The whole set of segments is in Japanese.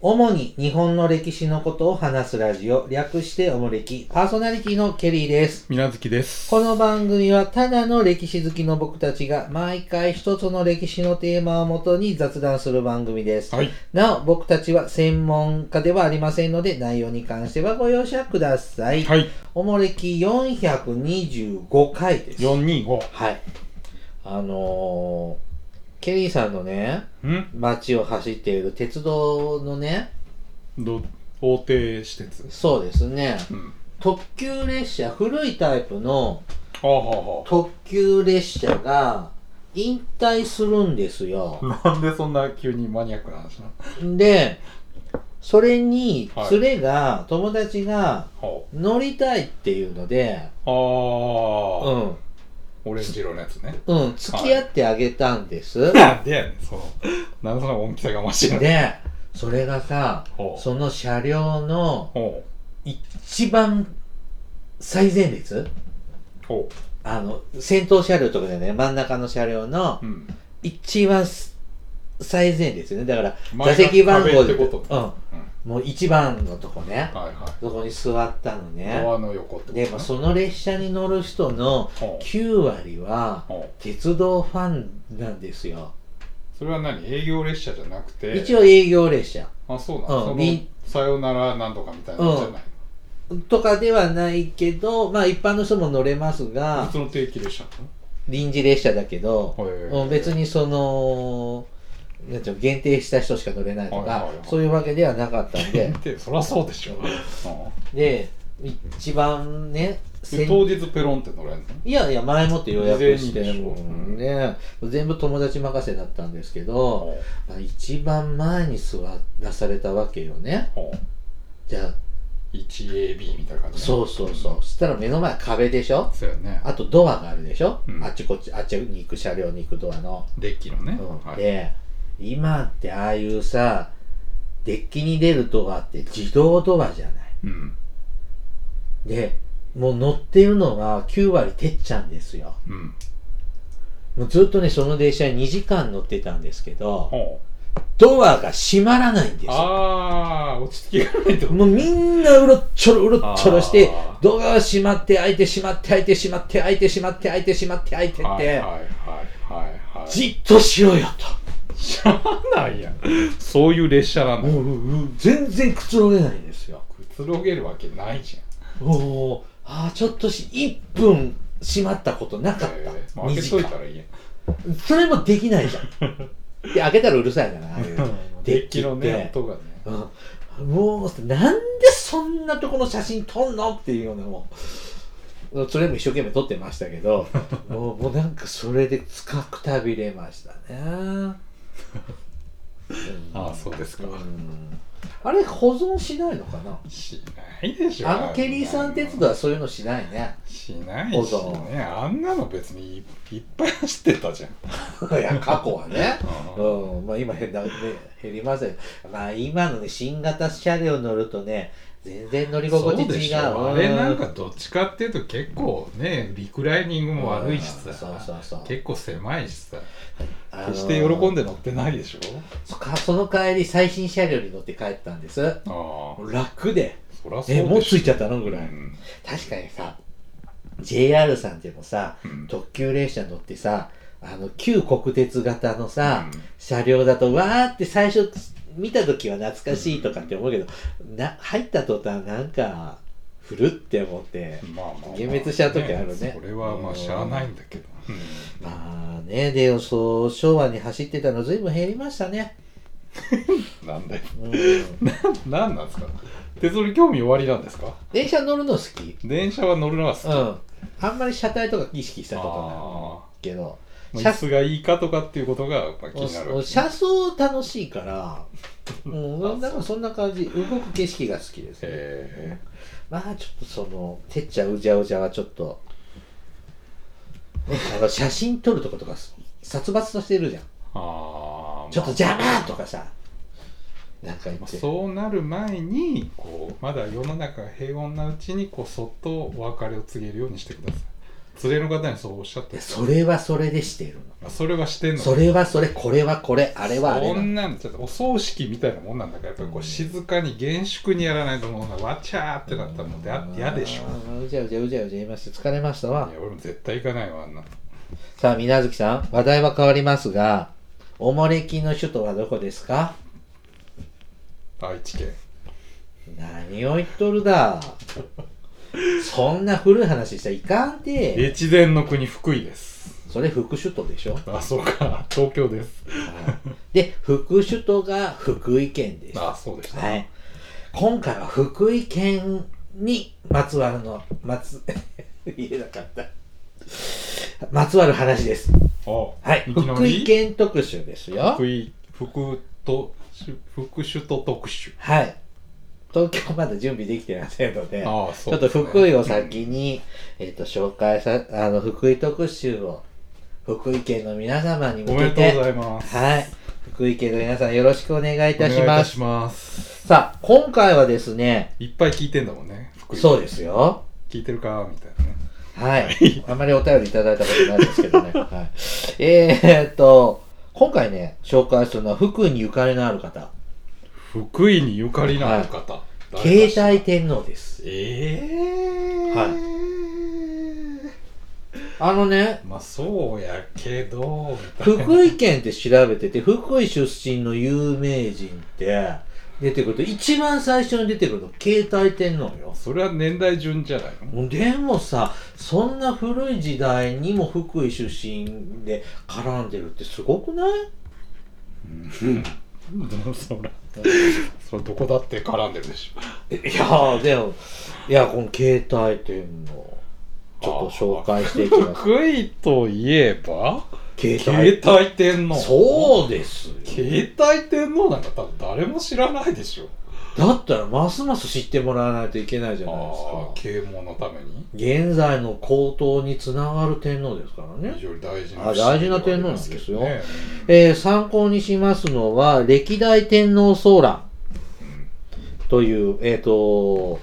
主に日本の歴史のことを話すラジオ、略しておもれき、パーソナリティのケリーです。みなずきです。この番組はただの歴史好きの僕たちが毎回一つの歴史のテーマをもとに雑談する番組です。はい。なお、僕たちは専門家ではありませんので、内容に関してはご容赦ください。はい。おもれき425回です。 425。はい。あのー、ケリーさんのね、ん街を走っている鉄道のね、ど、大手施設。そうですね、うん。特急列車、古いタイプのああは特急列車が引退するんですよ。あはあ。なんでそんな急にマニアックな話なので、それにはい連れが、友達がほ乗りたいっていうので、うう。ああ。ん、オレンジ色のやつね。うん、付き合ってあげたんです。なんでやねん、その。なんでそんな恩着せがましいの で、それがさほ、うその車両のほ一番最前列う。ほあの、先頭車両とかでね、真ん中の車両のう。うん。一番す最前列ね。だから、前座が席番号で、壁ってことうん。もう一番のとこね。はいはそこに座ったのい。ね。ドアの横ってことでも、その列車に乗る人のほう。 9割は、ほう。鉄道ファンなんですよ。それは何営業列車じゃなくて。一応営業列車あ、そううなんの、そのみさよならなんとかみたいなのじゃないとかではないけど、まあ一般の人も乗れますのが普通、の定期列車なの臨時列車だけど、へーうん別にその、なんていうの限定した人しか乗れないとはいかはいはい、そういうわけではなかったんで見、てそりゃそうでしょ、で、一番ね、先で当日ペロンって乗れるのいやいや、前もって予約し事て、前にでしょもうね、全部友達任せだったんですけど、ほまあ一番前に座らされたわけよねう。ほうじゃあ、 1AB みたいな感じねそうそうそう。そしたら目の前壁でしょそうやねあとドアがあるでしょ、うんあっちこっち、あっちに行く車両に行くドアの。デッキのね、うんはいで、今ってああいうさ、デッキに出るドアって自動ドアじゃない。うんで、もう乗ってるのが9割てっちゃんですよ。うんもうずっとね、その電車に2時間乗ってたんですけど、ほうドアが閉まらないんですよ。ああ落ち着きがないともうみんなうろっちょろうろっちょろしてあ、ードアが閉まって開いて閉まって開いて閉まって開いて閉まって開いて閉まって開いてっはいはいて、はいはいはいじっとしろよと。知らないやんそういう列車なんだ、もううう全然くつろげないんですよ。くつろげるわけないじおーあーちょっとし1分閉まったことなゃかんった、えーまあ2開け時とい間たらいいやんそれもできないじゃんで開けたらうるさい からああいうデッキのデッキねって音がねうん、もうなんでそんなとこの写真撮んのっていうようなもうそれも一生懸命撮ってましたけ どもうもうなんかそれでつかくたびれました ね、うんああそうですか、うんあれ保存しないのかなしないでしょあのケリーさん鉄道はそういうのしない ねしないほしどねあんなの別にいいっぱい走ってたじゃんいや過去はね うんうん、まあ今減だ、ね、減りませんまあ今のね、新型車両乗るとね、全然乗り心地そうで違しう。ょうあれなんかどっちかっていうと結構ねリクライニングも悪いしうさんそうそうそう結構狭いしさあのー決して喜んで乗ってないでしょそかその帰り、最新車両に乗って帰ったんです。ああ楽で。そりゃそうでしょえ、もうついちゃったのぐらい。うん確かにさ、JR さんでもさ、うん特急列車乗ってさ、あの、旧国鉄型のさ、うん車両だと、わーって最初見た時は懐かしいとかって思うけど、な、入った途端なんか、古って思って、まあまあまあ幻滅しちゃう時あるねそれはまあしゃあないんだけどうんまあね、で、そう、昭和に走ってたの随分減りましたね。なんでうん。なんなんですか鉄道に興味終わりなんですか電車乗るの好き電車は乗るのが好きうん。あんまり車体とか意識したことあないけど、あ車椅子がいいかとかっていうことがまあ気になるわけね車窓楽しい から、うあん、なんかそんな感じ、動く景色が好きですね。へまあちょっとその、てっちゃうじゃうじゃはちょっと、ね、あの写真撮るとことかす殺伐としてるじゃん。ーあーちょっとま邪魔とかさ、なんか言あって。そうなる前にこうまだ世の中が平穏なうちにこうそっとお別れを告げるようにしてください連れの方にそうおっしゃってでそれはそれでしてるあそれはしてんののそれはそれこれはこれあれはあれそなんなんちょっとお葬式みたいなもんなんだからやっぱりこう静かに厳粛にやらないともうわちゃーってなったらもうや嫌でしょあーうじゃうじゃうじゃうじゃ言いました疲れましたわいや俺も絶対行かないわあんなのさあ水無月さん話題は変わりますがおもれきの首都はどこですか愛知県何を言っとるだそんな古い話したらいかんて越前の国福井ですそれ副首都でしょあそうか東京ですで副首都が福井県ですあそうでした、はい。今回は福井県にまつわるの、まつ、 言えなかった。まつわる話です。おはい。きな福井り県特集ですよ福。井福と福首都特集はい。東京まだ準備できてませんので、ああちそょうっとですね福井を先に、えっと、紹介さ、あの、福井特集を、福井県の皆様にお向めけでとうて、ございますはい。福井県の皆さんよろしくお願いいたしお願いいまたす。しますさあ、今回はですね、いっぱい聞いてんだもんね福井そうですよ。聞いてるかみたいなねはい。あまりお便りいただいたことないですけど ね。はい、えー、っと、今回ね、紹介するのは福井にゆかりのある方、福井にゆかりのある方、慶誰かしら太天皇です。ええー、あのね、まあそうやけどみたいな福井県って調べてて、福井出身の有名人って出てくると、一番最初に出てくるの、慶太天皇よ。それは年代順じゃないのでもさ、そんな古い時代にも福井出身で絡んでるってすごくないでもそらそれどこだって絡んでるでしょいやーでもいやこの携帯っていうのをちょっと紹介していきます福井といえば携携帯天皇帯そうですよ携帯天皇なんか多分誰も知らないでしょだったらますます知ってもらわないといけないじゃないですああか啓蒙のために現在の皇統につながる天皇ですから非ね、常に大事なあ大事な天皇なんですよ節目ではありまえー参考にしますのは歴代天皇騒乱というえっ、と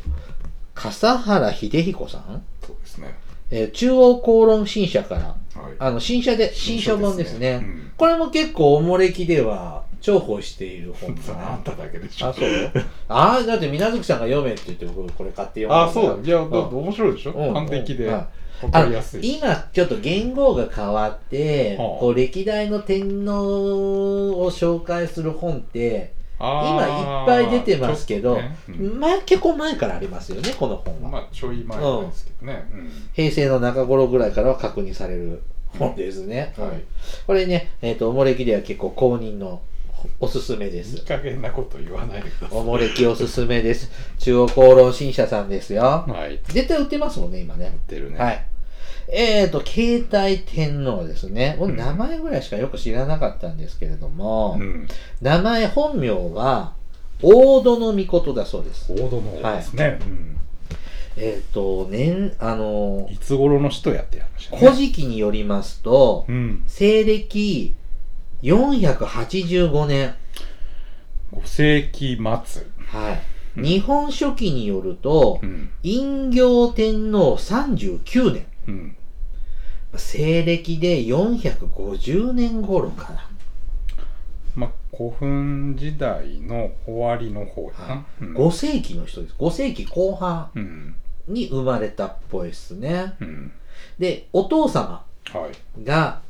笠原秀彦さん、けどねそうですねえー中央公論新社からはいあの新社で新書本ですねうんこれも結構おもれきでは重宝している本そかれあんな。ただけでしょあ、そう ああ、だって水無月さんが読めって言って僕これ買って読んだあそういやだってうん面白いでしょうん完璧でうんわあかりのやすい今ちょっと言語が変わって、はあこう歴代の天皇を紹介する本って今いっぱい出てますけど、あーちょっとね前結構前からありますよねこのう本んは、まあちょい前なんですけどねうん平成の中頃ぐらいからは確認される本ですね、はいうんこれね、えっとおもれきでは結構公認のおすすめですいい加減なこと言わないでくださおもれきおすすめです。中央功労新社さんですよい。はい絶対売ってますもんね、今ね。出るねはい。えーと、携帯天皇ですね。う俺、ん名前ぐらいしかよく知らなかったんですけれども、うん名前、本名は、大殿御事だそうです。王道の王ですねうんえーと、年、あの、いつ頃の人やってやりました古事記によりますと、うん西暦485年、 5世紀末はい。うん日本書紀によるとう、ん陰行天皇39年。うん西暦で450年頃かな、まあ古墳時代の終わりの方やなうん5世紀の人です5世紀後半うんに生まれたっぽいですねうんでお父様はいが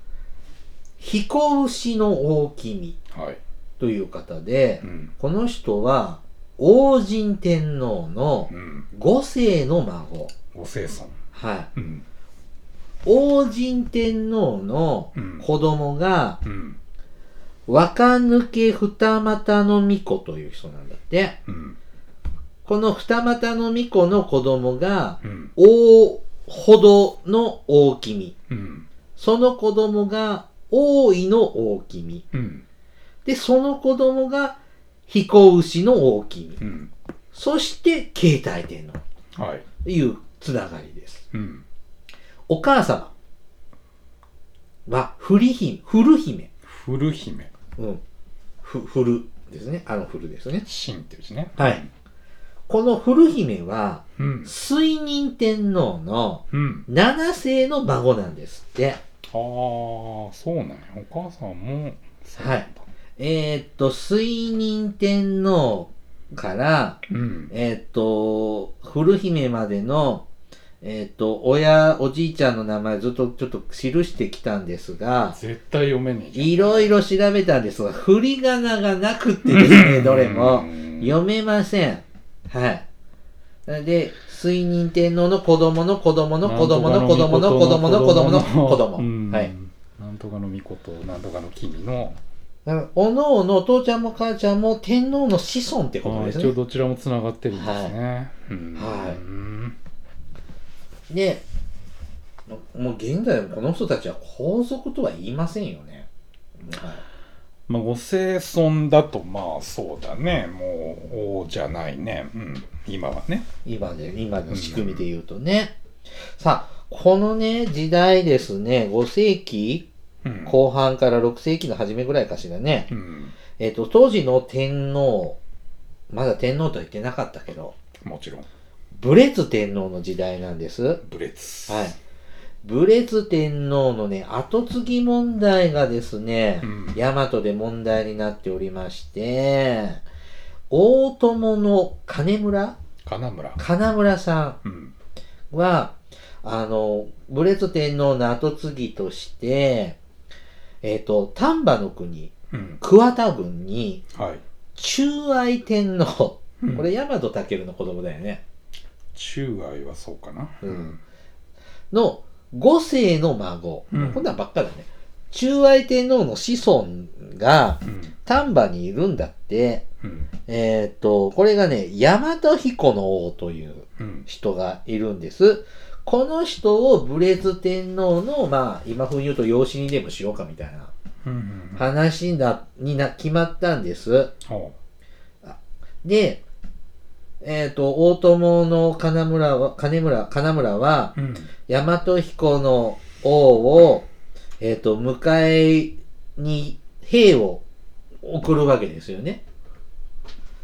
彦牛の大君はいという方で、うんこの人は王神天皇のうん5世の孫ご生存はいうん王神天皇のうん子供がうん若抜け二股の巫女という人なんだってうんこの二股の巫女の子供が、うん大ほどの大君。うんその子供が、大井の大君。うんで、その子供が、彦牛の大君。うんそして、携帯天皇。はいというつながりです。うんお母様は、古姫、古姫。古姫うん。ふ、古ですね。あの古ですね。神っていう字ねはい。この古姫は、うん。水仁天皇のうん。七世の孫なんですって。ああ、そうなんや。お母さんも。はい。えーっと、水仁天皇から、うん。えーっと、古姫までの、えーっと、親、おじいちゃんの名前ずっとちょっと記してきたんですが、絶対読めねえじゃん。いろいろ調べたんですが、振り仮名がなくってですね、どれも。うん。読めません。はい。なので、水任天皇の子供の子供の子供の子供の子供の子供の子うん供。はい。。なんとかの御事、なんとかの君の。だからおのおのお父ちゃんも母ちゃんも天皇の子孫ってあことーです一応ね。どちらもつながってるんですね。うんはいうんで、もう現在もこの人たちは皇族とは言いませんよね。はいまあ、ご生存だとまあそうだねもう王じゃないね、うん、今はね今で、今の仕組みで言うとね。さあ、このね、時代ですね、5世紀うん後半から6世紀の初めぐらいかしらね。うん、えっ、と、当時の天皇、まだ天皇とは言ってなかったけど、もちろんブレツ天皇の時代なんです。ブレツはい。ブレツ天皇のね、後継ぎ問題がですねう、ん大和で問題になっておりまして、大友の金村金村金村さん。うんは、あの、ブレツ天皇の後継ぎとして、えっ、と、丹波の国、うん桑田軍に、はい中愛天皇、うんこれ、大和武の子供だよね、中愛はそうかなうんうんの五世の孫、うんこんなんばっかだね。中愛天皇の子孫がうん丹波にいるんだって、うんえっ、と、これがね、大和彦の王といううん人がいるんです。この人をブレズ天皇の、まあ、今風に言うと養子にでもしようかみたいなうん話だにな決まったんです。ほで、えっ、と、大友の金村は、金村、金村は、ううん大和彦の王を、えっ、と、迎えに兵を送るわけですよね。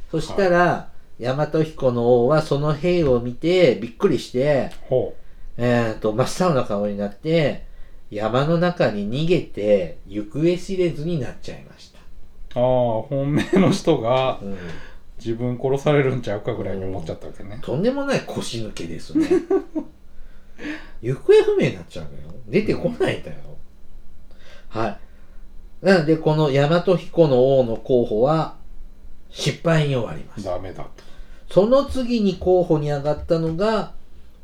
そしたら、大和彦の王はその兵を見てびっくりして、ほえー、と、真っ青な顔になって、山の中に逃げて、行方知れずになっちゃいました。うああ本命の人がうん、自分殺されるんちゃうかぐらいに思っちゃったわけねとんでもない腰抜けですね。 行方不明になっちゃうのよ。出てこないんだよ。はい。なので、この大和彦の王の候補は、失敗に終わりました。ダメだとその次に候補に上がったのが、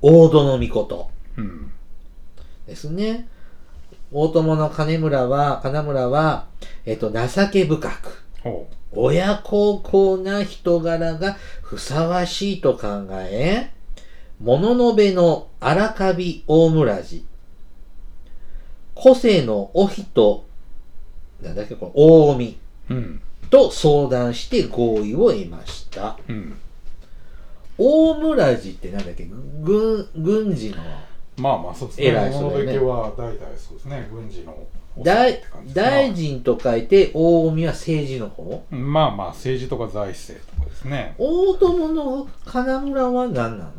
大殿御事。うんですね。大友の金村は、金村は、えっと、情け深く、ほ親孝行な人柄がふさわしいと考え、もののべの荒かび大村寺、個性のお人、なんだっけ、これ、大臣ううんと相談して合意を得ました。うん大村寺ってなんだっけ、軍、軍事の、まあまあそうですね。偉い人だよね物べきは代々そうですね。軍事のお世話っ大て感じ。大臣と書いて、大臣は政治の方まあまあまあ政治とか財政とかですね。大友の金村は何なの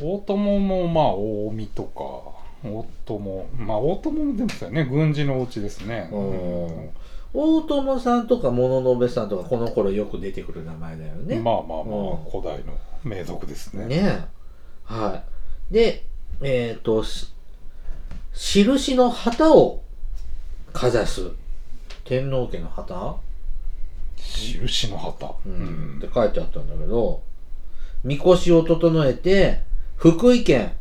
大友もまあ大見とか、大友、まあ大友もでもそうよね。軍事のお家ですね。うん大友さんとか物のべさんとかこの頃よく出てくる名前だようね。んまあまあうまあん古代の名族ですね。ねえはい。で、えっ、と、し印の旗をかざす。天皇家の旗、印の旗。ううっんんて。書いてあったんだけど、みこしを整えて、福井県、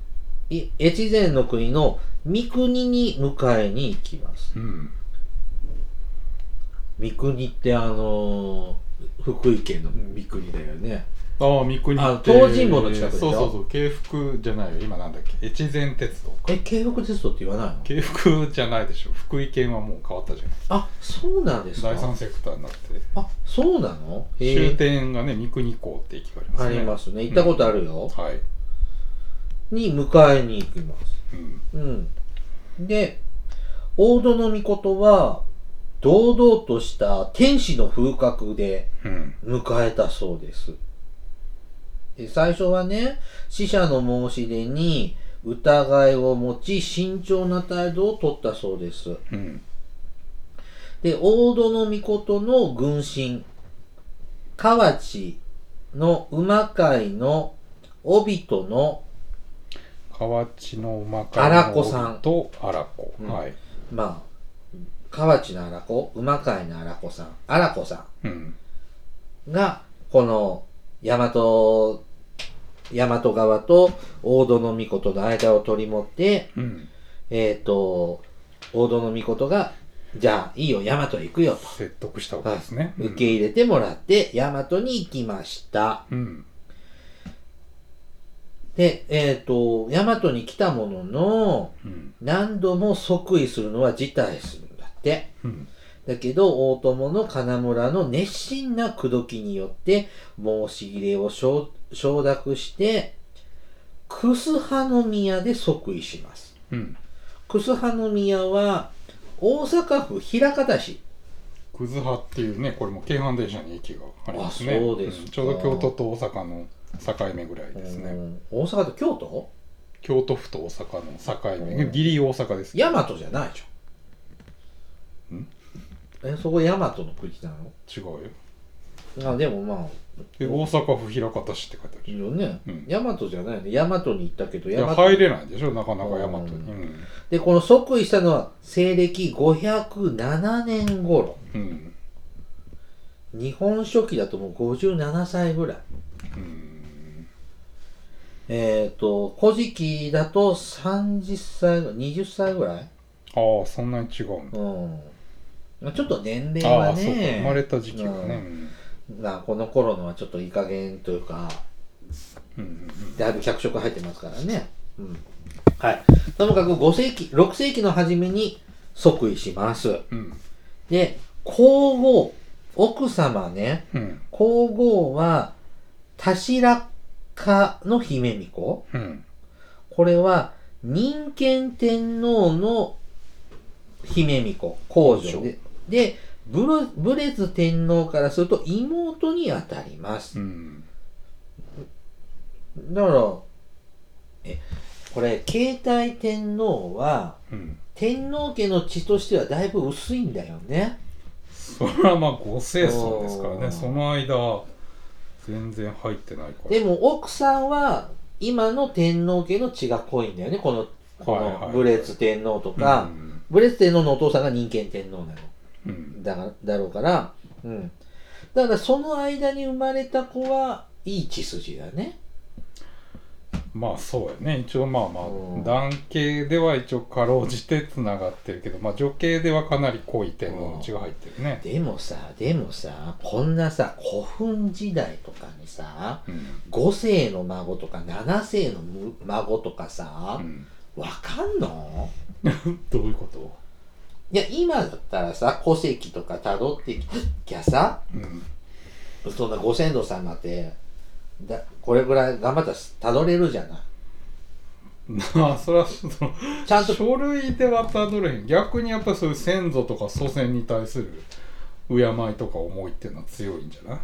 い越前の国の三国に迎えに行きます。うん。三国ってあのー福井県の三国だよねああ、三国あって東尋坊の近くでしょそうそうそう。京福じゃないよ。今なんだっけ。越前鉄道か。え京北鉄道って言わないの京福じゃないでしょ。福井県はもう変わったじゃない。あそうなんですか第三セクターになって。あそうなの終え点がね三国港って駅がありますあねりますね行ったことあるよ、はい、に迎えに行きますうん、うんで大殿のことは堂々とした天使の風格でうん、迎えたそうですで最初はね死者の申し出に疑いを持ち慎重な態度を取ったそうですうんで大殿御事の軍神河内の馬飼いの帯人の河内の馬荒子さんと荒子、うんはい、まあ河内の荒子馬飼いの荒子さん荒子さうん、んがこの大和大和側と大殿御事の間を取り持ってうん、えっ、と、大殿御事が、じゃあいいよ、大和へ行くよと。説得したわけですね、受け入れてもらって、大和に行きました。うんで、えっ、と、大和に来たものの、うん何度も即位するのは辞退するんだって。うんだけど、大友の金村の熱心な口説きによって、申し入れを承承諾して、楠葉宮で即位します。うん楠葉宮は、大阪府枚方市。くずはっていうねこれも京阪電車に駅がありますねあそうですかんちょうど京都と大阪の境目ぐらいですね、うん大阪と京都京都府と大阪の境目、うんギリ大阪です大和じゃないでしょんえそこ大和の国な違うよのあでもまあえ大阪府枚方市って書いてあいるいよね、うん大和じゃないよね大和に行ったけどい大や和入れないでしょなかなか大和にううん、でこの即位したのは西暦507年頃うん日本書紀だともう57歳ぐらいうんえっ、と古事記だと30歳ぐらい20歳ぐらいああそんなに違うんだ、うんまあちょっと年齢あはあそうかね生まれた時期がね、うんまあこの頃のはちょっといい加減というかうんうんだいぶ脚色入ってますからね。うん。はい。ともかく5世紀、6世紀の初めに即位します。うんうんで、皇后、奥様ね、うん皇后は、田白家の姫巫女。うんこれは、任権天皇の姫巫女、皇女で、で、ブルブレズ天皇からすると妹にあたりますう。んだから、え、これ、慶太天皇は、うん天皇家の血としてはだいぶ薄いんだよね。それはまあご清掃ですからおーねその間全然入ってないからでも、奥さんは、今の天皇家の血が濃いんだよね。この、こはいはいはのいブレツ天皇とか、うんブレツ天皇のお父さんが任権天皇なの。うんだがだろうから、うん。だから、その間に生まれた子は、いい血筋だね。まあそうやね一応まあまうんあ男系では一応かろうじてつながってるけどまあ女系ではかなり濃い点のうちが入ってるねでもさ、でもさ、こんなさ、古墳時代とかにさ、うん5世の孫とか7世の孫とかさう、んわかんのどういうこといや、今だったらさ、戸籍とか辿ってきゃさ、うんそんなご先祖様って、だこれぐらい頑張ったら辿れるじゃない。まあそれはそのちゃんと、書類ではたどれへん逆にやっぱそういう先祖とか祖先に対する敬いとか思いっていうのは強いんじゃない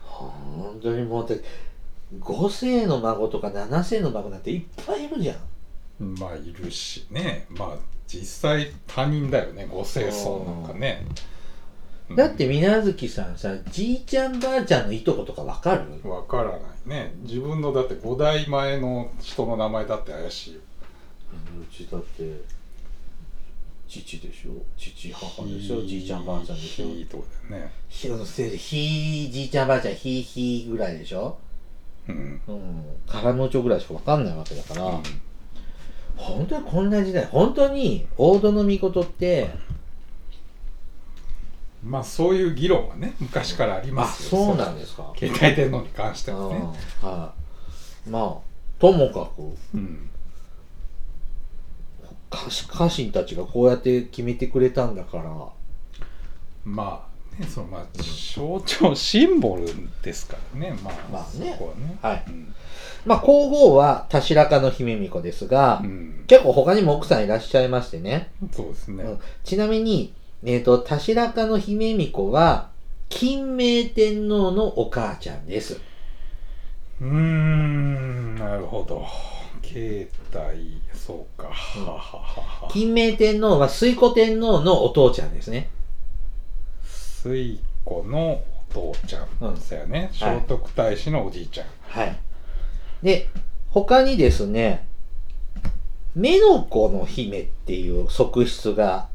本当にもうだって、5世の孫とか7世の孫なんていっぱいいるじゃん。まあいるしねまあ実際他人だよねご清掃なんかねうんだって、みなずきさんさ、じいちゃんばあちゃんのいとことかわかるわからないね自分のだって5代前の人の名前だって怪しいようちだって父でしょ父母でしょひじいちゃんばあちゃんでしょひーとかだよねひせいぜいひじいちゃんばあちゃんひひぐらいでしょうんうん空のちょぐらいしかわかんないわけだから、本当にこんな時代本当に大殿の事ってまあそういう議論はね昔からありあますそうなんですか携帯天皇に関してうんはねはいまあともかくうん家臣家臣たちがこうやって決めてくれたんだからまあねそのまあ象徴シンボルですからねまあ、まあねそこはねはいうんまあ皇后は田白かの姫巫女ですが、うん結構他にも奥さんいらっしゃいましてね。そうですね、うんちなみに、えっ、と、田白かの姫巫女は、金明天皇のお母ちゃんです。うーんなるほど携帯そうか、うんはははは金明天皇は水古天皇のお父ちゃんですね。 水子のお父ちゃん、うんそうやね聖徳太子のおじいちゃん、はい。で、他にですね、目の子の姫っていう側室が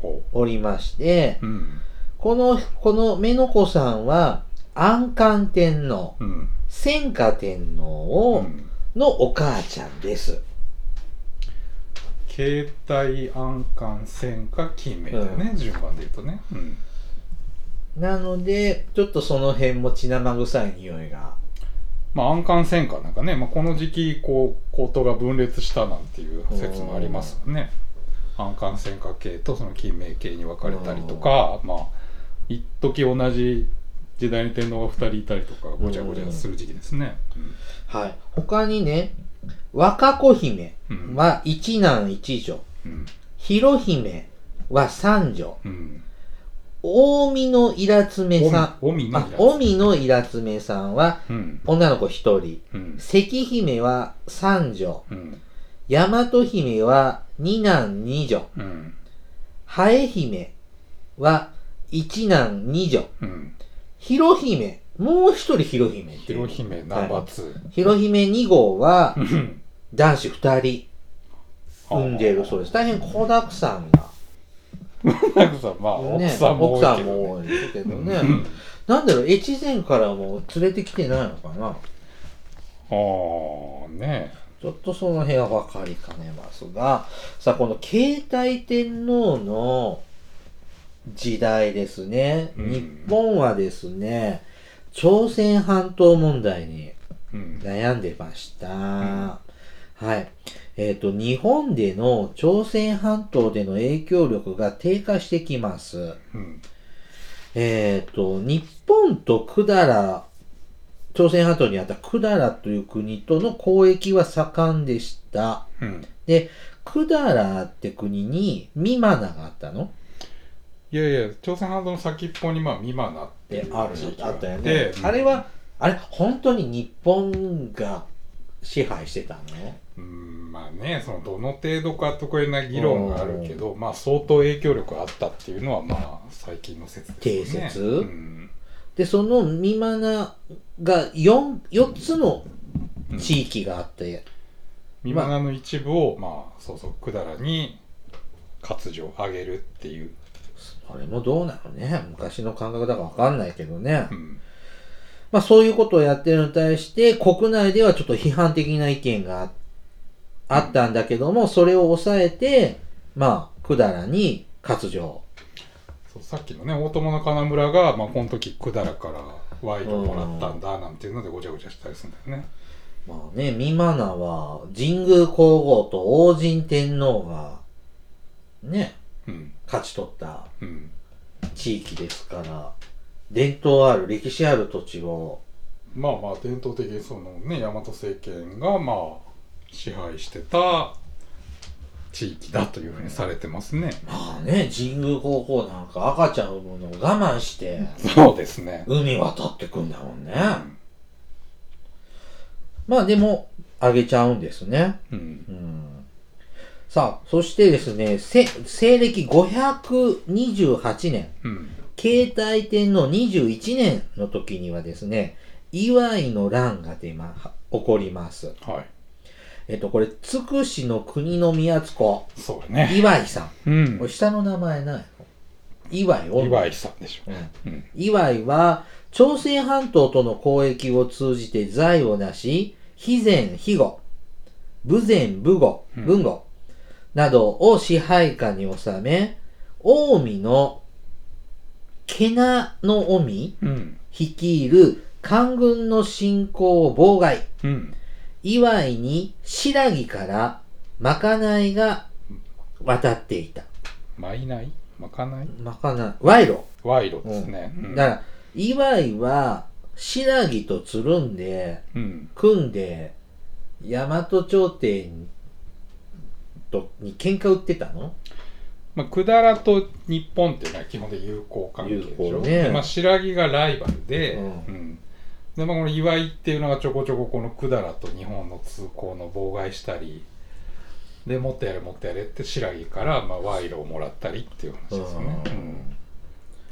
ほおりましてう、うんこの、この目の子さんは、安官天皇、うん千華天皇うを、んのお母ちゃんです。携帯安官戦か金明だね、順番で言うとね、うん、なので、ちょっとその辺も血生臭い匂いが。まあ安官戦かなんかね、まあ、この時期こう高騰が分裂したなんていう説もありますよね安官戦火系とその金明系に分かれたりとかまあ一時同じ時代に天皇が2人いたりとかごちゃごちゃする時期ですねはい。他にね、若子姫うんは一男一女、うん広姫は三女、うん近江のイラツメさん、おみあの、近江のイラツメさんはうん女の子一人、うん関姫は三女、うん大和姫は二男二女、うんハエ姫は一男二女、うん広姫、もう一人広姫っていう広姫ナンバー2、広姫二号はうん男子二人産んでいるそうです。大変子だくさんが。なんかさまあ奥ねさん奥も多いけどさんねも多いけどね。うんなんだろう、越前からも連れてきてないのかなああねちょっとその辺は分かりかねますが、さあ、この慶太天皇の時代ですね、うん日本はですね、朝鮮半島問題にうん悩んでました。はい。えっ、と、日本での朝鮮半島での影響力が低下してきます。うんえっ、と、日本と百済、朝鮮半島にあった百済という国との交易は盛んでした。うんで、百済って国にミマナがあったのいやいや、朝鮮半島の先っぽに、まあ、ミマナっていう地域があったよねで。あれ、は、あれ、本当に日本が支配してたのうんうんまあね、そのどの程度かとかいうな議論があるけど、まあ、相当影響力あったっていうのは、まあ、最近の説ですよ定ね。説うんで、そのミマナが4、四つの地域があって、ミマナの一部を、まあ、そうそう、百済に割譲、あげるっていう。あれもどうなのね。昔の感覚だからわかんないけどね。うんまあそういうことをやってるのに対して、国内ではちょっと批判的な意見がああったんだけども、それを抑えて、まあ、百済に割譲。そうさっきのね、大友の金村が、まあ、この時、百済から賄賂もらったんだ、なんていうので、ごちゃごちゃしたりするんだよね。まあね、ミマナは神宮皇后と王神天皇が、ね、うん。勝ち取ったうん。地域ですから、伝統ある、歴史ある土地を、まあまあ伝統的にそのね大和政権がまあ支配してた地域だというふうにされてますね。まあね、神宮皇后なんか赤ちゃん産むのを我慢して、そうですね。海渡ってくんだもんね。うんまあでも、あげちゃうんですね。うんうんさあ、そしてですね、せ西暦528年、うん慶太天皇21年の時にはですね、祝いの乱が出ま、は起こります。はいえっと、これ、つくしの国の宮津子、そうだね。祝いさん。うんこれ、下の名前ないの祝いを。岩井さんでしょ。うんうん祝いは、朝鮮半島との交易を通じて財を成し、非前、非後、武前、武後、うん文後、などを支配下に収め、近江の、ケナの臣うん率いる官軍の進行を妨害。うん祝いに白木からまかないが渡っていた。まいないまかないまかない、賄賂。賄賂ですね。うんだから、岩井は、白木とつるんで、うん組んで、大和朝廷とに喧嘩売ってたのまあ、百済と日本っていうのは基本で友好関係でし友ょ、好ねでまあ、白木がライバルで、ううんんでまあ、この岩井っていうのがちょこちょここの百済と日本の通行の妨害したりでもっとやれもっとやれって白木からまあ賄賂をもらったりっていう話ですよね。うんうん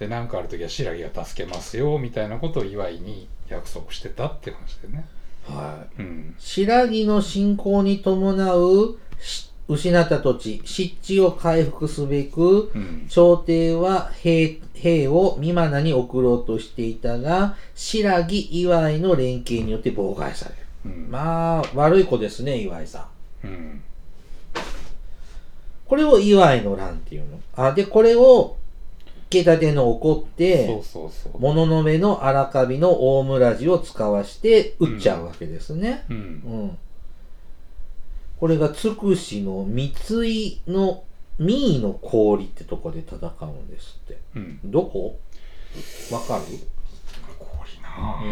で何かある時は白木が助けますよみたいなことを岩井に約束してたっていう話でね。はいうん、白木の侵攻に伴うし失った土地、湿地を回復すべく、うん朝廷は兵兵を美馬名に送ろうとしていたが、白木岩井の連携によって妨害される。うんまあ、悪い子ですね、岩井さん。うんこれを岩井の乱っていうの。あ、で、これを、池田天の怒っそうて、そうそう。もののめの荒壁の大村寺を使わして撃っちゃうわけですね。うんうん。これがつくしの三井の三井の氷ってとこで戦うんですって。うん、どこわかる氷なあ、ん。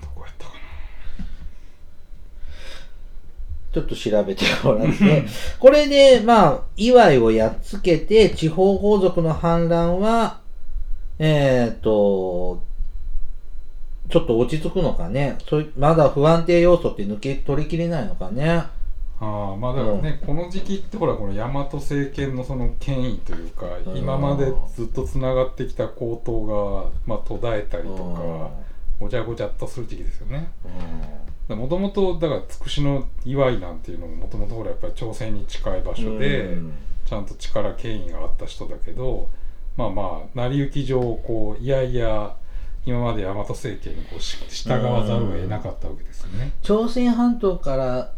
どこやったかなちょっと調べてもらって。これで、まあ、祝いをやっつけて、地方皇族の反乱は、えっ、と、ちょっと落ち着くのかね。そいまだ不安定要素って抜け取りきれないのかね。ああまあだからね、この時期ってほらこの大和政権のその権威というか、うん今までずっとつながってきた高騰が、まあ、途絶えたりとか、ごちゃごちゃっとする時期ですよねうんもともとだからつくしの祝いなんていうのももともとほらやっぱり朝鮮に近い場所で、うんちゃんと力権威があった人だけどまあまあ成り行き上こういやいや今まで大和政権にこうし従わざるを得なかったわけですよね。朝鮮半島から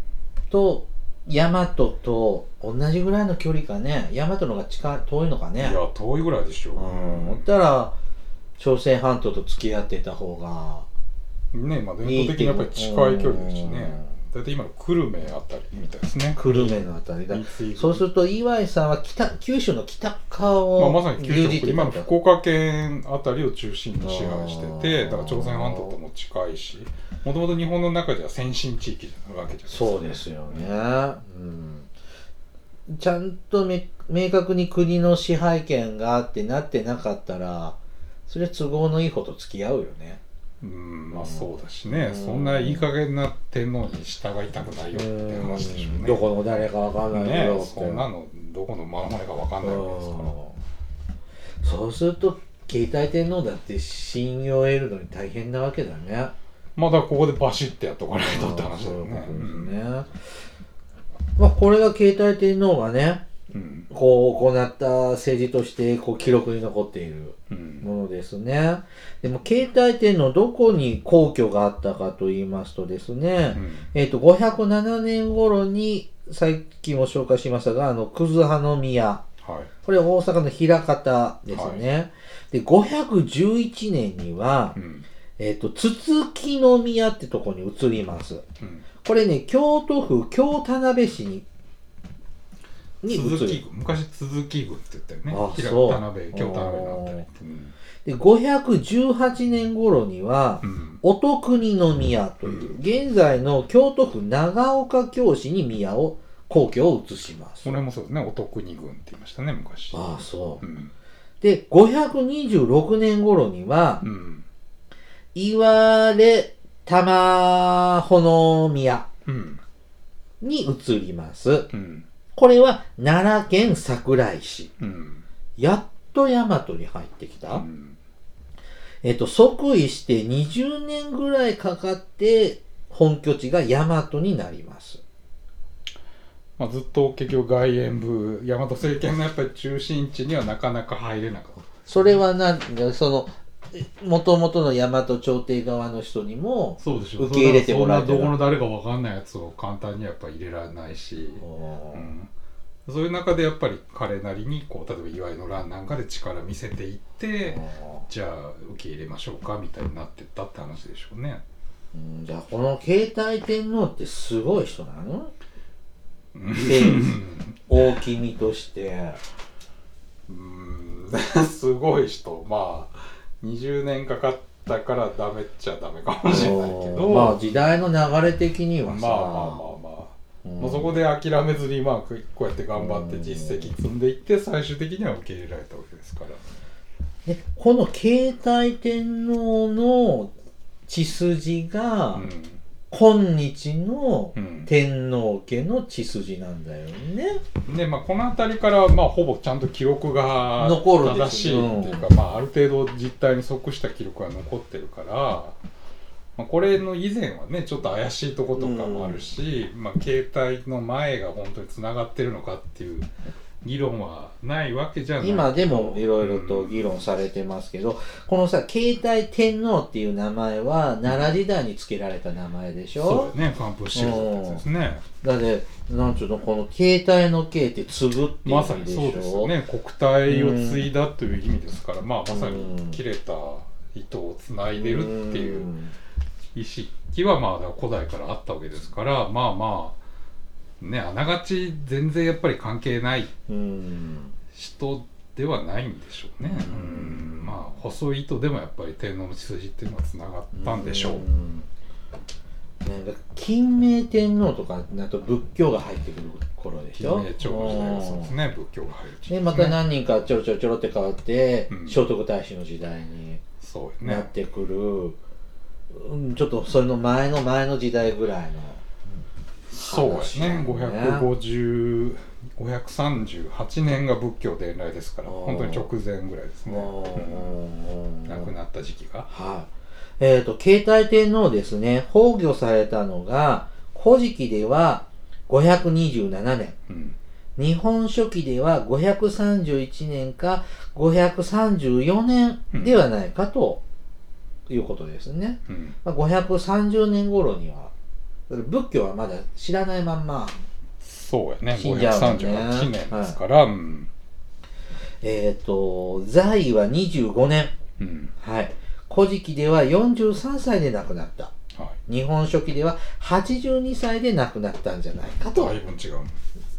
と大和と同じぐらいの距離かね大和の方が近い遠いのかいねや遠いぐらいでしょ。うんほったら朝鮮半島と付き合ってた方がねまあ、伝統的にやっぱり近い距離ですしね大体今の久留米あたりみたいですね久留米のあたりだそうするると岩井さんは北九州の北側まあ、まをさに牛九耳っ州て北たんだ今の福岡県あたりを中心に支配しててあーだから朝鮮半島とも近いしもともと日本の中では先進地域なわけじゃないですかそうですよね、うん、ちゃんとめ明確に国の支配権があってなってなかったらそれは都合のいい方と付き合うよねうんまあそうだしうねんそんないい加減な天皇に従いたくないよって話でしょうねどこの誰かわかんないけねど、そんなのどこの真ん前か分かんないわけですからうんそうすると携帯天皇だって信用を得るのに大変なわけだね。まあだからここでバシッてやっとかないとって話だよねそういうことですね。まあこれが携帯天皇がねうんこう行った政治としてこう記録に残っているうんものですね。でも携帯天皇どこに皇居があったかと言いますとですね、うんえっ、と、507年頃に、最近も紹介しましたが、あの、くずはの宮。はいこれ大阪の枚方ですね。で、511年にはう、んえっ、と、筒木の宮ってとこに移ります。うんこれね、京都府京田辺市に、に移鈴木る。軍昔鈴木軍って言ったよねあ平そう田辺京田辺のあたりってうんで、518年頃には、うんお徳にの宮という、現在の京都府長岡京市に宮を、皇居を移しますそ。れもそうですねお得に軍って言いましたね昔ああ、そうう。んで、526年頃にはう、んいわれ玉ほの宮うんに移ります。うんこれは奈良県桜井市。うんやっと大和に入ってきた。うんえっと、即位して20年ぐらいかかって、本拠地が大和になります。まあずっと結局外縁部大和政権のやっぱり中心地にはなかなか入れなかっそれはなんその、もともとの大和朝廷側の人にもた、そうでしょ受け入れてもらえてそなんなどこの誰かわかんないやつを簡単にやっぱ入れられないしうんそういう中でやっぱり彼なりにこう例えば岩井の乱なんかで力見せていって、じゃあ受け入れましょうかみたいになってったって話でしょうね。うんじゃあこの携帯天皇ってすごい人なのうん大君としてうん、 すごい人まあ20年かかったからダメっちゃダメかもしれないけどまあ時代の流れ的にまあはさまあまあまあ、うんまあそこで諦めずにまあこうやって頑張って実績積んでいって最終的には受け入れられたわけですから。でこの携帯天皇の血筋がうん今日のうん天皇家の血筋なんだよね。でまあ、この辺りから、まあ、ほぼちゃんと記録が残るんで正すしよいっていうか、まあ、ある程度実態に即した記録が残ってるから、まあ、これの以前はねちょっと怪しいとことかもあるし、まあ、携帯の前が本当につながってるのかっていう議論はないわけじゃない今でもいろいろと議論されてますけど、このさ、携帯天皇っていう名前は奈良時代に付けられた名前でしそょうだね関東シールドってやつですねだって、なんちゅうの、この携帯の形って継ぐっていう意まさ味でしにそうですよょ、ね国体を継いだという意味ですから、まあ、まさに切れた糸をつないでるっていう。ん意識はまあだから古代からあったわけですからまあまあねあながち全然やっぱり関係ないうん。人ではないんでしょうね。うんうんまあ細い糸でもやっぱり天皇の血筋っていうのはつながったんでしょう。んなんか金明天皇とかになると仏教が入ってくる頃でし金ょ明朝の時代はそうですね仏教が入る時うんで代でますねた何人かちょろちょろちょろって変わって、うん聖徳太子の時代にそうよなっね。てくる、うん、ちょっとそれの前の前の時代ぐらいのそうですね。話だね550 538年が仏教伝来ですからあー本当に直前ぐらいですね。うんうん亡くなった時期が。はい。えっ、と、携帯天皇ですね、崩御されたのが、古事記では527年、うん日本書紀では531年か534年ではないかということですね。うんまあ、530年頃には、だから仏教はまだ知らないまんま、そうやね、死んじゃうもんね538年ですから、うん、えっ、と、在位は25年。うん、はい。古事記では43歳で亡くなった。は日本書紀では82歳で亡くなったんじゃないかい。と。だいぶ違う。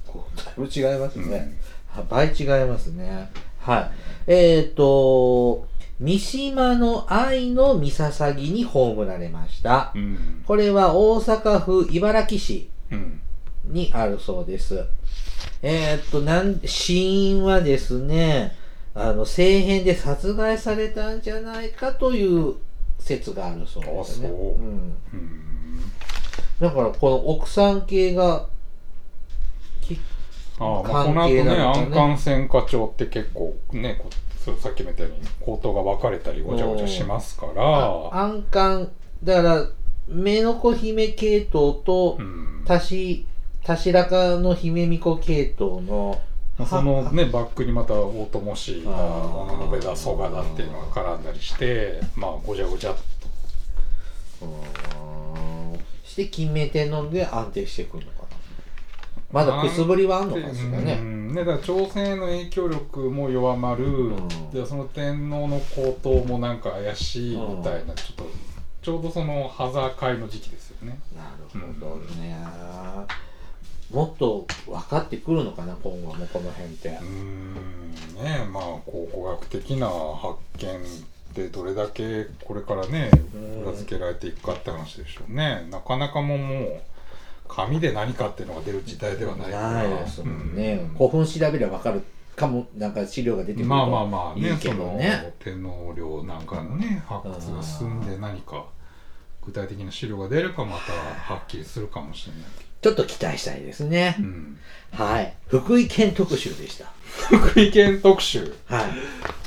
こうだいぶ違いますうんね。は倍違いますね。はい。えっ、と、三島の愛の三捧ぎに葬られました。うん、これは大阪府茨木市うん、にあるそうです。えっ、と、なん、死因はですね、あの、政変で殺害されたんじゃないかという説があるそうですね。。あそうんうん。だからこの奥さん系がきああ、まあ、この後関係ね、なのかね安官選課長って結構ね、こそうさっきみたいに口頭が分かれたりごちゃごちゃしますから、安官だから目の子姫系統とうん。たし白かの姫巫女系統のまあそのね、バックにまた大友氏だ、あー小野辺だ、蘇我だっていうのが絡んだりして、まあ、ごちゃごちゃっと。うーんして金明天皇で安定してくるのかなまだくすぶりはあんのかしらうねんねだから朝鮮への影響力も弱まる、んでその天皇の皇統もなんか怪しいみたいな、ちょっとちょうどそのハザー会の時期ですよねなるほどねもっと分かってくるのかな今後もこの辺ってうーんねまあ考古学的な発見ってどれだけこれからねうん裏付けられていくかって話でしょうね、なかなかもうもう紙で何かっていうのが出る時代ではないからないですもんね、うん古墳調べればわかるかもなんか資料が出てくるとまあまあまあねいいけそどのね天皇陵なんかのね発掘が進んで何か具体的な資料が出るかまたはっきりするかもしれないちょっと期待したいですね、けど、うん、はい福井県特集でした福井県特集はい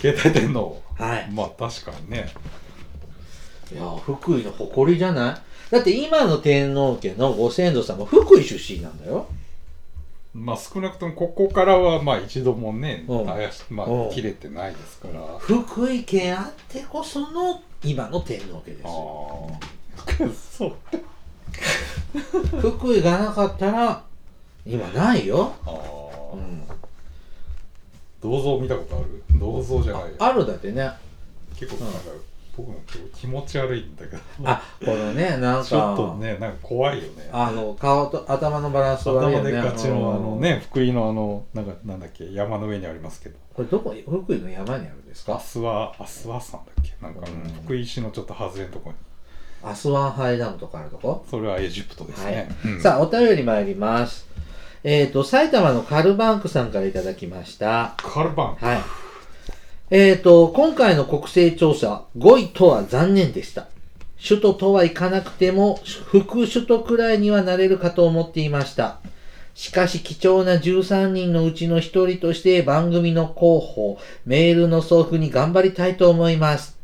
携帯天皇はいまあ確かにねいや福井の誇りじゃないだって今の天皇家のご先祖様福井出身なんだよまあ少なくともここからはまあ一度もね、うん絶やしまうあ、ん切れてないですから、あ福井県あってこその今の天皇家ですよあそう福井がなかったら今ないよ、ああ、うん、銅像見たことある銅像じゃないやあるだってね結構なんか、僕も結構気持ち悪いんだけどあこのねなんかちょっとね、なんか怖いよね。あの顔と頭のバランス悪い頭よねでっかちうんのあのね、福井のあの、なんか、なんだっけ、山の上にありますけど。これどこ福井の山にあるんですアかスワ、アスワさんだっけ、なんか、うん福井市のちょっと外れのところに。アスワンハイダムとかあるとこ、それはエジプトですね。うんさあお便り参りますえっ、と埼玉のカルバンクさんからいただきましたカルバン。はいえっ、と今回の国勢調査5位とは残念でした首都とはいかなくても、副首都くらいにはなれるかと思っていました。しかし貴重な13人のうちの1人として番組の広報、メールの送付に頑張りたいと思います。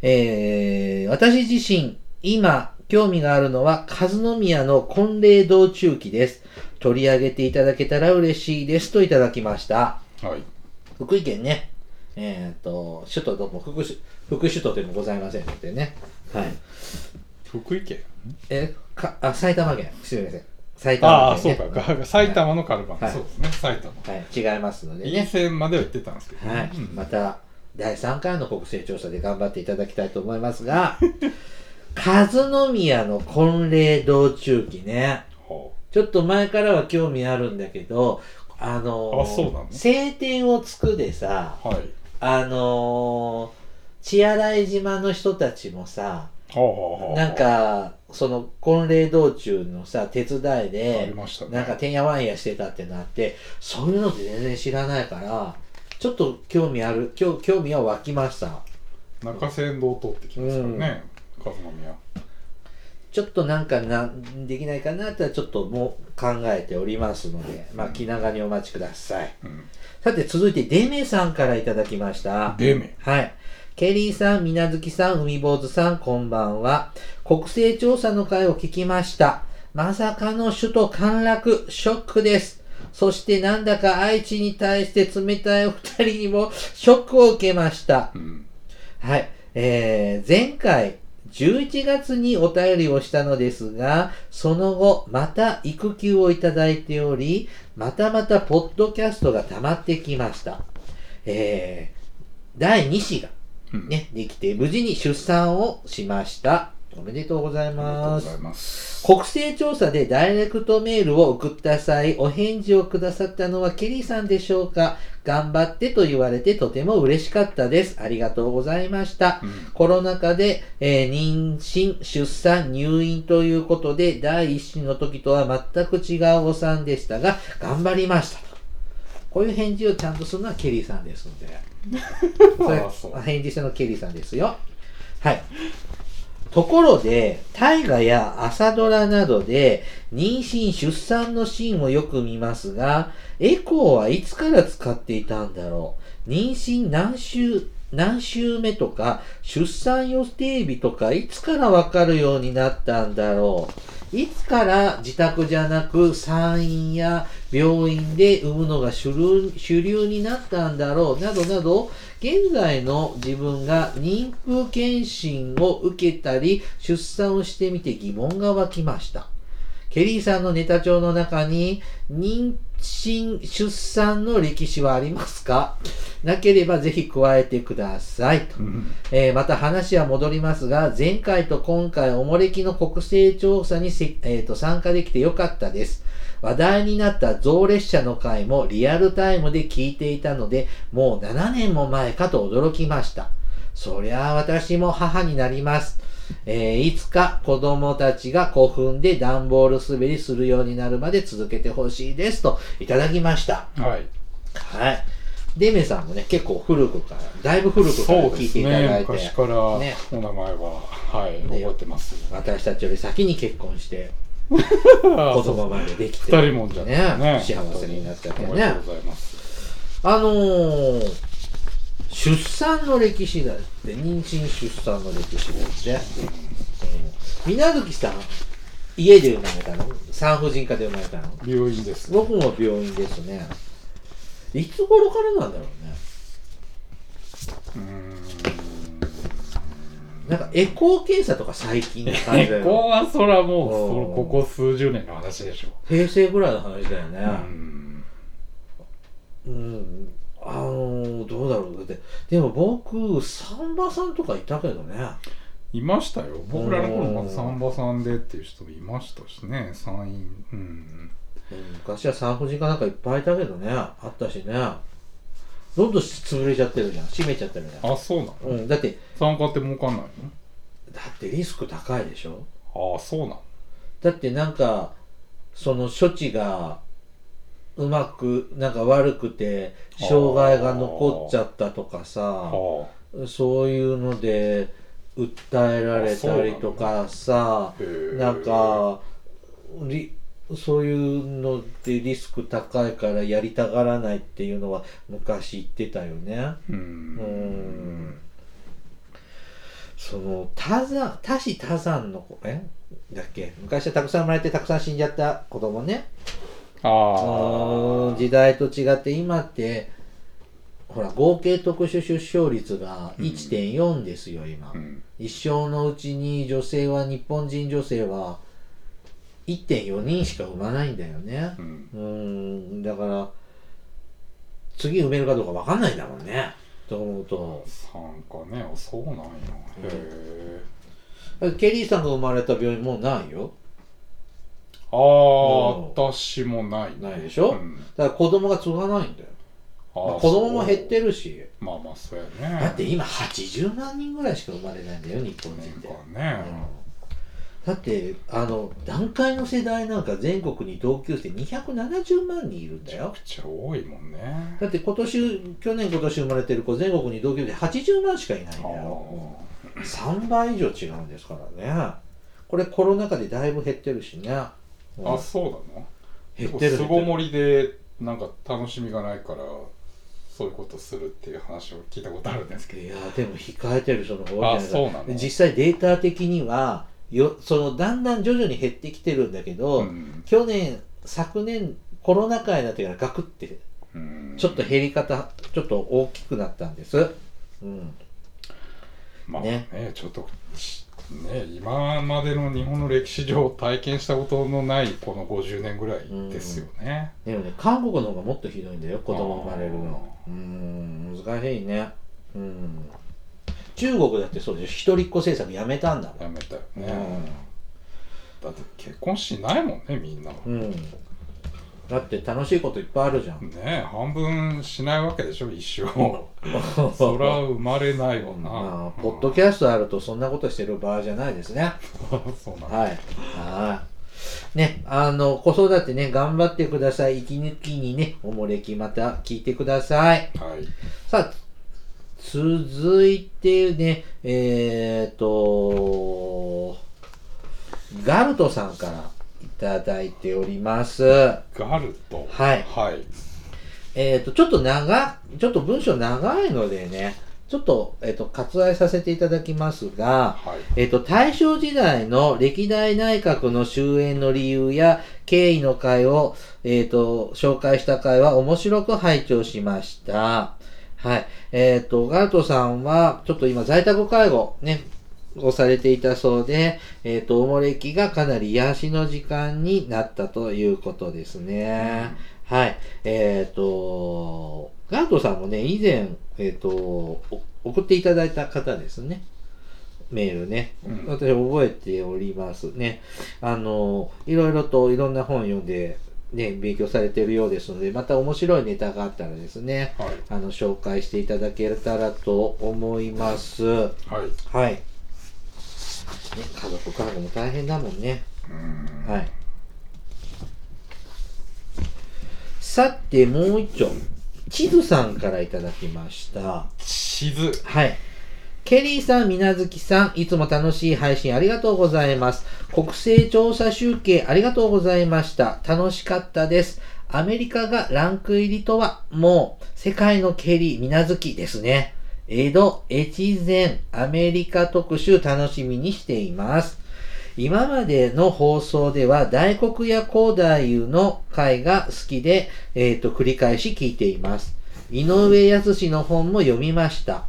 えー私自身、今、興味があるのは、和宮の婚礼道中記です。取り上げていただけたら嬉しいですといただきました。はい。福井県ね、えっ、と、首都どこも副首、副首都でもございませんのでね。はい。福井県えかあ、埼玉県。失礼です。埼ああ、玉そう県、ね。か。 が埼玉のカルバン。はいそうですね。埼玉。はい、違いますので陰ね。線までは行ってたんですけどね。はい、うんまた第3回の国勢調査で頑張っていただきたいと思いますが 和宮の婚礼道中記ねほちょっと前からは興味あるんだけどあのあそうなの晴天をつくでさうはい。あの血洗島の人たちもさほうほうほうほうなん、かその婚礼道中のさ手伝いあでりましたね。なんかてんやわんやしてたってなってそういうのって全然知らないからちょっと興味ある興興味は湧きました中山道を通ってきますからね。和宮。ちょっとなんかなんできないかなってちょっともう考えておりますのでまあ気長にお待ちくださいうん。さて続いてデメさんからいただきましたデメ。はい。ケリーさん、みなずきさん、海坊主さん、こんばんは。国勢調査の会を聞きました。まさかの首都陥落、ショックです。そしてなんだか愛知に対して冷たいお二人にもショックを受けました。うん。はい。えー、前回、11月にお便りをしたのですが、その後、また育休をいただいており、またまたポッドキャストが溜まってきました。えー、第2子がうん。ね、できて、無事に出産をしました。おめでとうございありがとうまごすざい。ます。国勢調査でダイレクトメールを送った際、お返事をくださったのはケリーさんでしょうか頑張ってと言われてとても嬉しかったです。ありがとうございました。うんコロナ禍で、えー妊娠、出産、入院ということで、第一子の時とは全く違うお産でしたが、頑張りましたと。こういう返事をちゃんとするのはケリーさんです ので。それあそう返事したのケリーさんですよ。はい。ところで、大河や朝ドラなどで妊娠・出産のシーンをよく見ますが、エコーはいつから使っていたんだろう妊娠何週、何週目とか、出産予定日とか、いつからわかるようになったんだろういつから自宅じゃなく産院や病院で産むのが主流主流になったんだろうなどなど、現在の自分が妊婦検診を受けたり、出産をしてみて疑問が湧きました。ケリーさんのネタ帳の中に、妊娠、出産の歴史はありますかなければぜひ加えてくださいと。うんえーまた話は戻りますが、前回と今回、おもれきの国勢調査にせ、えーと参加できてよかったです。話題になった増列車の回もリアルタイムで聞いていたので、もう7年も前かと驚きました。そりゃあ私も母になります。えーいつか子供たちが古墳で段ボール滑りするようになるまで続けてほしいですといただきました。はい。はい。デメさんもね、結構古くから、だいぶ古くからそう聞でいすていただね。いて、昔からおね名前は、はい、覚えてます。私たちより先に結婚して、子供までできて。二人もんじゃね幸せになっちゃっておめでねとう。ございます。あのー、出産の歴史だって、妊娠出産の歴史だって。みなずきさん、家で生まれたの産婦人科で生まれたの病院です。僕も病院ですね。いつ頃からなんだろうね。うーんなんかエコー検査とか最近の感じだ よ結婚ね。はそらもうおーそのここ数十年の話でしょ平成ぐらいの話だよね。うーんうん、あのーどうだろうだってでも僕サンバさんとかいたけどねいましたよ僕らの頃おまーずサンバさんでっていう人もいましたしね参院うんうん昔は産婦人科なんかいっぱいいたけどねあったしねどんどん潰れちゃってるじゃん閉めちゃってるじゃん、あそうなのうん、だって参加って儲かんないだってリスク高いでしょのああそうなのだってなんかその処置がうまくなんか悪くて障害が残っちゃったとかさはそういうので訴えられたりとかさ、なんかリそういうのってリスク高いからやりたがらないっていうのは昔言ってたよね。ううんんその多山多子多山の子えだっけ昔はたくさん生まれてたくさん死んじゃった子供ねあうんあ時代と違って今ってほら合計特殊出生率が1.4ですよ、今、うん一生のうちに女性は日本人女性は1.4人しか産まないんだよねうんうんだから次産めるかどうかわかんないんだもんねと思うとなんかねあそうなんやうんへえケリーさんが生まれた病院もうないよああ私もないねないでしょうんだから子供が継がないんだよ、あーまあ子供も減っそうてるしまあまあそうやねだって今80万人ぐらいしか生まれないんだよ日本人って、なんかねだってあの団塊の世代なんか全国に同級生270万人いるんだよめっちゃ多いもんねだって今年去年今年生まれてる子全国に同級生80万しかいないんあだよ3倍以上違うんですからねこれコロナ禍でだいぶ減ってるしね、うんーあそうなの減ってる巣減ってごるもりでなんか楽しみがないからそういうことするっていう話を聞いたことあるんですけいやーでも控えてる人の方が多いじゃなあそういなかの実際データ的にはよそのだんだん徐々に減ってきてるんだけど、ど、ん去年昨年コロナ禍になってからガクってうんちょっと減り方ちょっと大きくなったんです、うん、まあねねちょっとね今までの日本の歴史上体験したことのないこの50年ぐらいですよね、でもね韓国の方がもっとひどいんだよ子供生まれるのうん難しいねうん中国だってそうでしょ一人っ子政策やめたんだやめたよもん、ね、だって結婚しないもんねみんな、うんうん、だって楽しいこといっぱいあるじゃんね半分しないわけでしょ一生そ そりゃ生まれないわな、ま あ、ポッドキャストあるとそんなことしてる場合じゃないですね。そうなんだはい。はい。ね、あの、子育てね、頑張ってください。息抜きにね、おもれきまた聞いてください。はいさあ、続いてね、えーと、ガルトさんからいただいております。ガルトはいはいえー、と、ちょっと長、ちょっと文章長いのでね、ちょっと、えっ、と、割愛させていただきますが、はいえっと、大正時代の歴代内閣の終焉の理由や経緯の回を、えっと、紹介した回は面白く拝聴しました。はい。えっと、ガルトさんは、ちょっと今在宅介護ね、をされていたそうで、えっと、おもれきがかなり癒しの時間になったということですね。はい。えっ、と、ガートさんもね、以前、えっ、と、お送っていただいた方ですね。メールね。うん私覚えておりますね。あの、いろいろといろんな本読んで、ね、勉強されてるようですので、また面白いネタがあったらですね、はいあの、紹介していただけたらと思います。ははいい。ね、家族介護も大変だもんね。うんはい。さて、もう一丁。地図さんからいただきました。地図はい。ケリーさん、みなずきさん、いつも楽しい配信ありがとうございます。国勢調査集計ありがとうございました。楽しかったです。アメリカがランク入りとは、もう、世界のケリー、みなずきですね。江戸、越前、アメリカ特集楽しみにしています。今までの放送では大黒屋光太夫の回が好きで、えっ、と、繰り返し聞いています。井上康の本も読みました。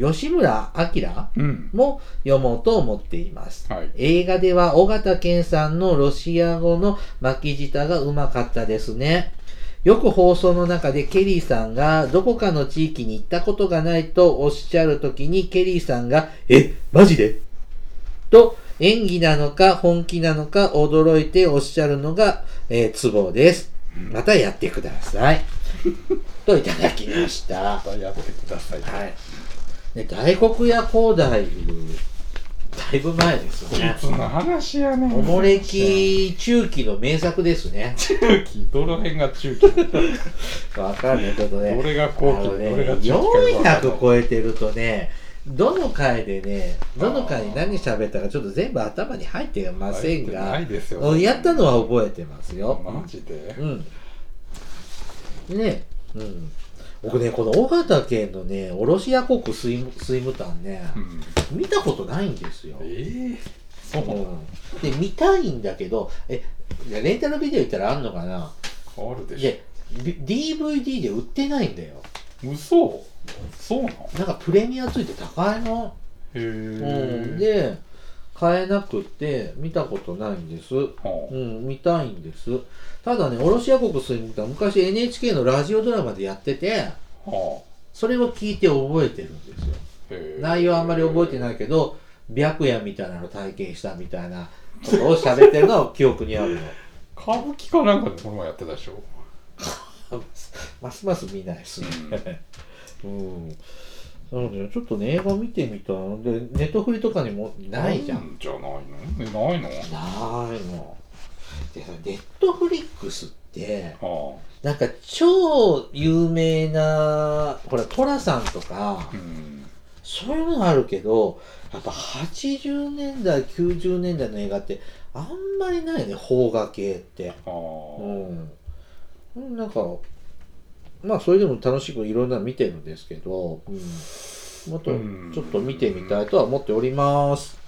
吉村明うんも読もうと思っています。はい映画では尾形健さんのロシア語の巻き舌がうまかったですね。よく放送の中でケリーさんがどこかの地域に行ったことがないとおっしゃるときにケリーさんが、え、マジでと演技なのか本気なのか驚いておっしゃるのが、えー、ツボです。またやってください。といただきました。またやってくださいはい。ね、大黒屋高台だいぶ前ですよこいね。つの話やねんおもれき中期の名作ですね。中期どの辺が中期わかんないけどね。どれが後期あのねどれが中期かよくわかんない400超えてるとね、どの回でね、どの回に何喋ったかちょっと全部頭に入ってませんながい、ですよ。うんやったのは覚えてますよ。マジでうん。ねうん。僕ね、この大型家のね、おろし屋国水む水無炭ね、うん。見たことないんですよ。ええそうなのうんで、見たいんだけど、え、いやレンタルビデオ行ったらあんのかなあるでしで、ビ DVD で売ってないんだよ。ょ。嘘そうなのなんかプレミアついて高いの。へうん、え。で買えなくて見たことないんです、うはん、見たいんですただね「おろし屋国水木は昔 NHK のラジオドラマでやっててあ。はそれを聞いて覚えてるんですよあ。へえ内容はあんまり覚えてないけど白夜みたいなの体験したみたいなことを喋ってるのは記憶にあるの歌舞伎かなんかでこの前やってたでしょ。 ますます見ないですねううんなのでちょっとね映画見てみたいのでネットフリとかにもないじゃんじゃないのえないのないの。でさ、ネットフリックスって、はなんか超有名な、ほら、トラさんとかあ。う、ん。そういうのがあるけど、やっぱ80年代、90年代の映画って、あんまりないね、邦画系って。うはん。なんか、まあ、それでも楽しくいろんなの見てるんですけど、うん、もっとうんちょっと見てみたいとは思っております。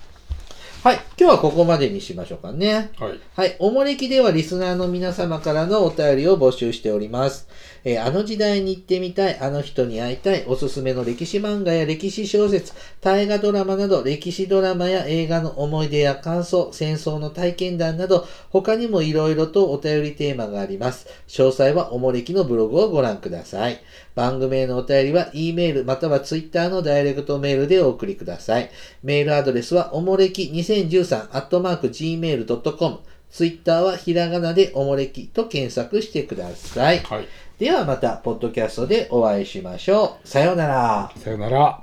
はい、今日はここまでにしましょうかね。あ。はい。はい。おもれきではリスナーの皆様からのお便りを募集しております。えーあの時代に行ってみたい、あの人に会いたい、おすすめの歴史漫画や歴史小説、大河ドラマなど、歴史ドラマや映画の思い出や感想、戦争の体験談など、他にも色々とお便りテーマがあります。詳細はおもれきのブログをご覧ください。番組へのお便りは、E メールまたは Twitter のダイレクトメールでお送りください。メールアドレスは、おもれき2013 gmail.com。ツイッターはひらがなでおもれきと検索してください。はい。ではまた、ポッドキャストでお会いしましょう。さようなら。さよなら。